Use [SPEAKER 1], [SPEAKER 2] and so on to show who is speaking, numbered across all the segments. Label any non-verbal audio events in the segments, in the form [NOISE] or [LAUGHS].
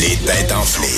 [SPEAKER 1] Les têtes enflées.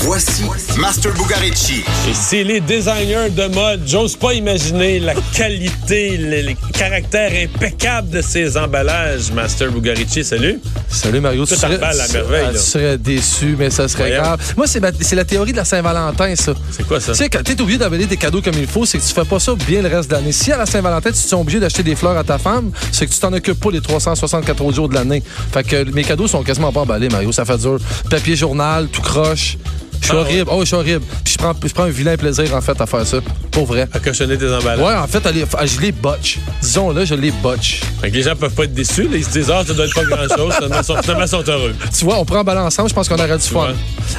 [SPEAKER 1] Voici Master Bugarici.
[SPEAKER 2] Et c'est les designers de mode. J'ose pas imaginer la qualité, les, les caractères impeccables de ces emballages. Master Bugarici, salut.
[SPEAKER 3] Salut Mario,
[SPEAKER 2] Tout en balle à merveille,
[SPEAKER 3] tu
[SPEAKER 2] là.
[SPEAKER 3] serais déçu, mais ça serait
[SPEAKER 2] Voyons.
[SPEAKER 3] grave. Moi, c'est ma- c'est la théorie de la Saint-Valentin, ça.
[SPEAKER 2] C'est quoi ça?
[SPEAKER 3] Tu sais, quand t'es obligé d'amener des cadeaux comme il faut, c'est que tu fais pas ça bien le reste de l'année. Si à la Saint-Valentin, tu es obligé d'acheter des fleurs à ta femme, c'est que tu t'en occupes pas les 364 autres jours de l'année. Fait que euh, mes cadeaux sont quasiment pas emballés, Mario, ça fait dur. Papier journal, tout croche. Je suis
[SPEAKER 2] Ah,
[SPEAKER 3] horrible. Oh, je suis horrible. Puis je prends, je prends un vilain plaisir, en fait, à faire ça. Pour vrai.
[SPEAKER 2] À cochonner tes emballages.
[SPEAKER 3] Ouais, en fait, elle est- je les botche. Disons-le, je les botche.
[SPEAKER 2] Fait que les gens peuvent pas être déçus. là. Ils se disent, ah, ça donne pas grand-chose. Finalement, ils sont- finalement, ils sont heureux.
[SPEAKER 3] Tu vois, on prend en balance ensemble, je pense qu'on aurait du fun.
[SPEAKER 2] Ouais.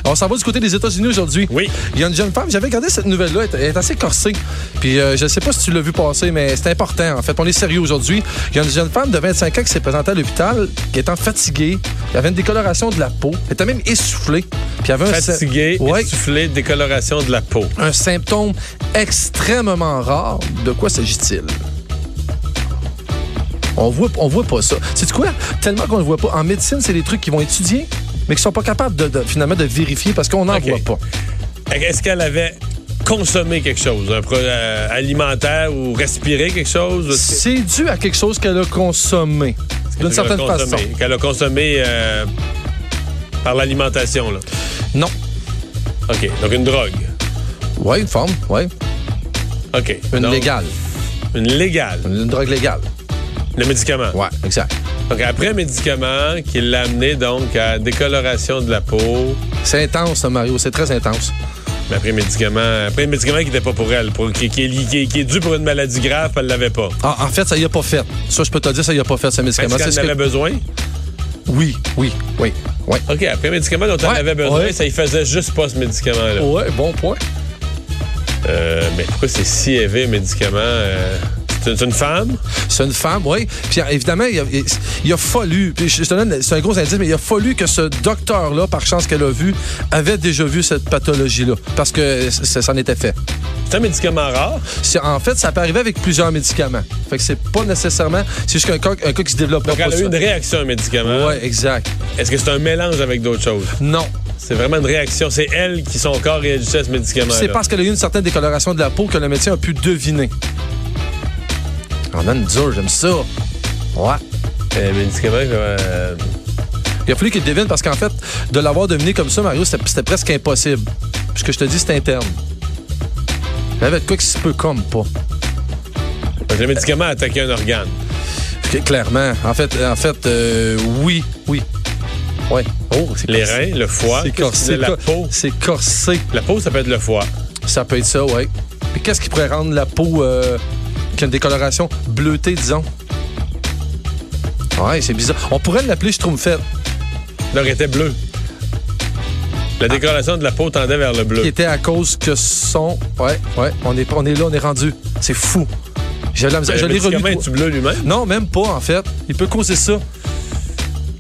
[SPEAKER 3] On s'en va du côté des États-Unis aujourd'hui.
[SPEAKER 2] Oui.
[SPEAKER 3] Il y a une jeune femme, j'avais regardé cette nouvelle-là, elle est- elle est assez corsée. Puis euh, je sais pas si tu l'as vu passer, mais c'est important. En fait, on est sérieux aujourd'hui. Il y a une jeune femme de 25 ans qui s'est présentée à l'hôpital, qui étant fatiguée, elle avait une décoloration de la peau, elle était même essoufflée. Puis elle avait
[SPEAKER 2] Ah,
[SPEAKER 3] un sy-
[SPEAKER 2] Fatigué,
[SPEAKER 3] Ouais.
[SPEAKER 2] essoufflé, décoloration de la peau.
[SPEAKER 3] un symptôme extrêmement rare. De quoi s'agit-il? On voit, on voit pas ça. C'est quoi? Tellement qu'on ne voit pas. En médecine, c'est des trucs qu'ils vont étudier, mais qui sont pas capables de, de- finalement de vérifier parce qu'on n'en
[SPEAKER 2] Ok.
[SPEAKER 3] voit pas.
[SPEAKER 2] Fait que Est-ce qu'elle avait consommé quelque chose, un produit euh, alimentaire ou respiré quelque chose?
[SPEAKER 3] C'est dû à quelque chose qu'elle a consommé. D'une
[SPEAKER 2] Qu'elle a
[SPEAKER 3] certaine
[SPEAKER 2] consommé-
[SPEAKER 3] façon.
[SPEAKER 2] Qu'elle a consommé euh, par l'alimentation, là.
[SPEAKER 3] Non.
[SPEAKER 2] OK. Donc, une drogue.
[SPEAKER 3] Oui, une forme, oui.
[SPEAKER 2] OK.
[SPEAKER 3] Une
[SPEAKER 2] Donc,
[SPEAKER 3] légale.
[SPEAKER 2] Une légale.
[SPEAKER 3] Une, une drogue légale.
[SPEAKER 2] Le médicament.
[SPEAKER 3] Oui, exact.
[SPEAKER 2] Donc, après un médicament qui l'a amené donc à décoloration de la peau,
[SPEAKER 3] C'est intense, ça, Mario. C'est très intense.
[SPEAKER 2] mais après un médicament, après un médicament qui n'était pas pour elle, pour, qui, qui est, lié- qui est- qui est dû pour une maladie grave, puis elle l'avait pas.
[SPEAKER 3] Ah, en fait, ça y a pas fait. Ça, je peux te le dire, ça y a pas fait, ce médicament.
[SPEAKER 2] Est-ce qu'elle
[SPEAKER 3] C'est ce
[SPEAKER 2] en
[SPEAKER 3] que-
[SPEAKER 2] avait besoin?
[SPEAKER 3] Oui, oui, oui, oui.
[SPEAKER 2] OK, après un médicament dont
[SPEAKER 3] Ouais,
[SPEAKER 2] elle avait besoin,
[SPEAKER 3] ouais. Oh.
[SPEAKER 2] ça y faisait juste pas ce médicament-là.
[SPEAKER 3] Ouais, bon point.
[SPEAKER 2] Euh, mais pourquoi c'est si élevé, un médicament? euh, c'est une- c'est une femme?
[SPEAKER 3] C'est une femme, oui. Puis évidemment, il a, il a fallu, puis je je te donne, c'est un gros indice, mais il a fallu que ce docteur-là, par chance qu'elle a vu, avait déjà vu cette pathologie-là, parce que c- ça s'en était fait.
[SPEAKER 2] C'est un médicament rare.
[SPEAKER 3] C'est- En fait, ça peut arriver avec plusieurs médicaments. Fait que c'est pas nécessairement, c'est juste qu'un cas, un cas qui se développe
[SPEAKER 2] Donc, elle a eu une réaction à un médicament.
[SPEAKER 3] Ouais, exact.
[SPEAKER 2] Est-ce que c'est un mélange avec d'autres choses?
[SPEAKER 3] Non.
[SPEAKER 2] C'est vraiment une réaction. C'est elle qui, son corps, réagissait à ce médicament.
[SPEAKER 3] C'est parce qu'elle a eu une certaine décoloration de la peau que le médecin a pu deviner. On a une dure, j'aime ça. Ouais.
[SPEAKER 2] Un médicament, euh,
[SPEAKER 3] Il a fallu qu'il devine parce qu'en fait, de l'avoir deviné comme ça, Mario, c'était c'était presque impossible. Puisque je te dis, c'est interne. Il y avait de quoi qui se peut comme pas.
[SPEAKER 2] Donc, le médicament a attaqué un organe.
[SPEAKER 3] Puis que, Clairement. En fait, en fait euh, oui, oui. Ouais. Oh, c'est
[SPEAKER 2] Les
[SPEAKER 3] corsé.
[SPEAKER 2] reins, le foie,
[SPEAKER 3] C'est
[SPEAKER 2] qu'est-ce qu'il
[SPEAKER 3] corsé.
[SPEAKER 2] disait, la
[SPEAKER 3] co-
[SPEAKER 2] peau.
[SPEAKER 3] C'est corsé.
[SPEAKER 2] La peau, ça peut être le foie.
[SPEAKER 3] Ça peut être ça, ouais. Puis qu'est-ce qui pourrait rendre la peau euh, qui a une décoloration bleutée, disons? Ouais, c'est bizarre. On pourrait l'appeler Schtroumpfette.
[SPEAKER 2] Donc, elle était bleue. La décoloration de la peau tendait vers le
[SPEAKER 3] qui
[SPEAKER 2] bleu.
[SPEAKER 3] était à cause que son. Ouais, ouais, on est, on est là, on est rendu. C'est fou. J'ai de la misère. Je
[SPEAKER 2] le
[SPEAKER 3] l'ai
[SPEAKER 2] Ben, médicament
[SPEAKER 3] relu.
[SPEAKER 2] est-tu bleu lui-même?
[SPEAKER 3] Non, même pas, en fait. Il peut causer ça.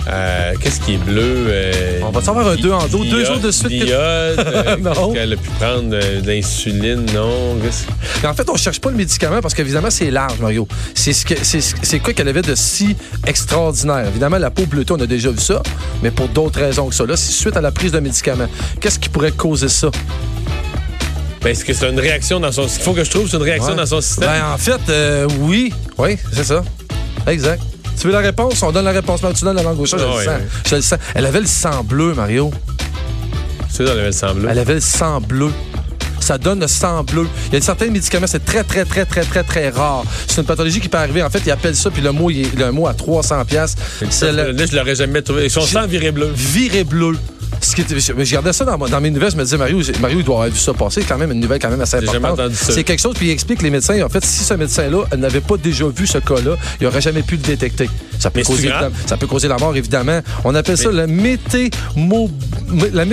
[SPEAKER 2] Euh, Qu'est-ce qui est bleu? euh,
[SPEAKER 3] On va s'en avoir un deux en dos, deux
[SPEAKER 2] l'iode-
[SPEAKER 3] jours de suite.
[SPEAKER 2] l'iode, euh,
[SPEAKER 3] [LAUGHS] Non.
[SPEAKER 2] qu'est-ce qu'elle a pu prendre euh, de l'insuline, non. Qu'est-ce-
[SPEAKER 3] Mais en fait, on cherche pas le médicament parce qu'évidemment, c'est large, Mario. C'est ce que- c'est ce- c'est quoi qu'elle avait de si extraordinaire? Évidemment, la peau bleutée, on a déjà vu ça, mais pour d'autres raisons que ça. Là, c'est suite à la prise d'un médicament. Qu'est-ce qui pourrait causer ça?
[SPEAKER 2] Ben, Est-ce que c'est une réaction dans son... Il faut que je trouve c'est une réaction
[SPEAKER 3] Ouais.
[SPEAKER 2] dans son système.
[SPEAKER 3] Ben, en fait, euh, oui. Oui, c'est ça. Exact. Tu veux la réponse? On donne la réponse. Mario, tu donnes la langue au chat, je
[SPEAKER 2] Ah,
[SPEAKER 3] le
[SPEAKER 2] ouais,
[SPEAKER 3] sens.
[SPEAKER 2] ouais.
[SPEAKER 3] Je le sens. Elle avait le sang bleu, Mario.
[SPEAKER 2] C'est dans le même sang bleu.
[SPEAKER 3] Elle avait le sang bleu. Ça donne le sang bleu. Il y a certains médicaments, c'est très, très, très, très, très, très rare. C'est une pathologie qui peut arriver. En fait, ils appellent ça, puis le mot, il est- le mot à 300 pièces. C'est le
[SPEAKER 2] Là, je l'aurais jamais trouvé. Son
[SPEAKER 3] J'ai-
[SPEAKER 2] sang virait bleu.
[SPEAKER 3] viré bleu. Ce qui était- je, je regardais ça dans, mon- dans mes nouvelles, je me disais, Mario, j'ai- Mario, il doit avoir vu ça passer. C'est quand même une nouvelle quand même assez
[SPEAKER 2] J'ai jamais
[SPEAKER 3] importante.
[SPEAKER 2] entendu ça.
[SPEAKER 3] C'est quelque chose, puis il explique les médecins, en fait, si ce médecin-là n'avait pas déjà vu ce cas-là, il n'aurait jamais pu le détecter. Ça peut,
[SPEAKER 2] Mais c'est
[SPEAKER 3] causer,
[SPEAKER 2] grave.
[SPEAKER 3] évidemment- ça peut causer la mort, évidemment. On appelle ça la, métémo, la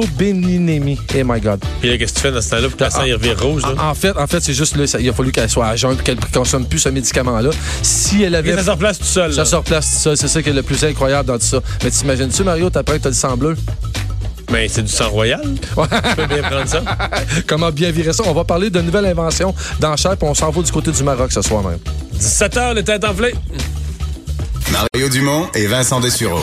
[SPEAKER 3] métémoglobininémie. Hey my God.
[SPEAKER 2] Puis là, qu'est-ce que tu fais dans ce temps-là
[SPEAKER 3] Ah,
[SPEAKER 2] pour que le sang il revire rouge? Là?
[SPEAKER 3] En, en fait, en fait, c'est juste là, ça- il a fallu qu'elle soit à jeun et qu'elle consomme plus ce médicament-là. Si elle
[SPEAKER 2] Et
[SPEAKER 3] avait.
[SPEAKER 2] ça se replace tout seul.
[SPEAKER 3] ah. Ça
[SPEAKER 2] là.
[SPEAKER 3] se replace tout ça, c'est ça qui est le plus incroyable dans tout ça. Mais t'imagines-tu, Mario, t'apprends que t'as le sang bleu? [LAUGHS]
[SPEAKER 2] Mais Ben, c'est du sang royal. Tu peux bien prendre
[SPEAKER 3] [LAUGHS]
[SPEAKER 2] ça.
[SPEAKER 3] Comment bien virer ça? On va parler de nouvelle invention dans Cher, puis on s'en va du côté du Maroc ce soir même.
[SPEAKER 2] 17 h, les têtes enflées.
[SPEAKER 1] Mario Dumont et Vincent Dessureau.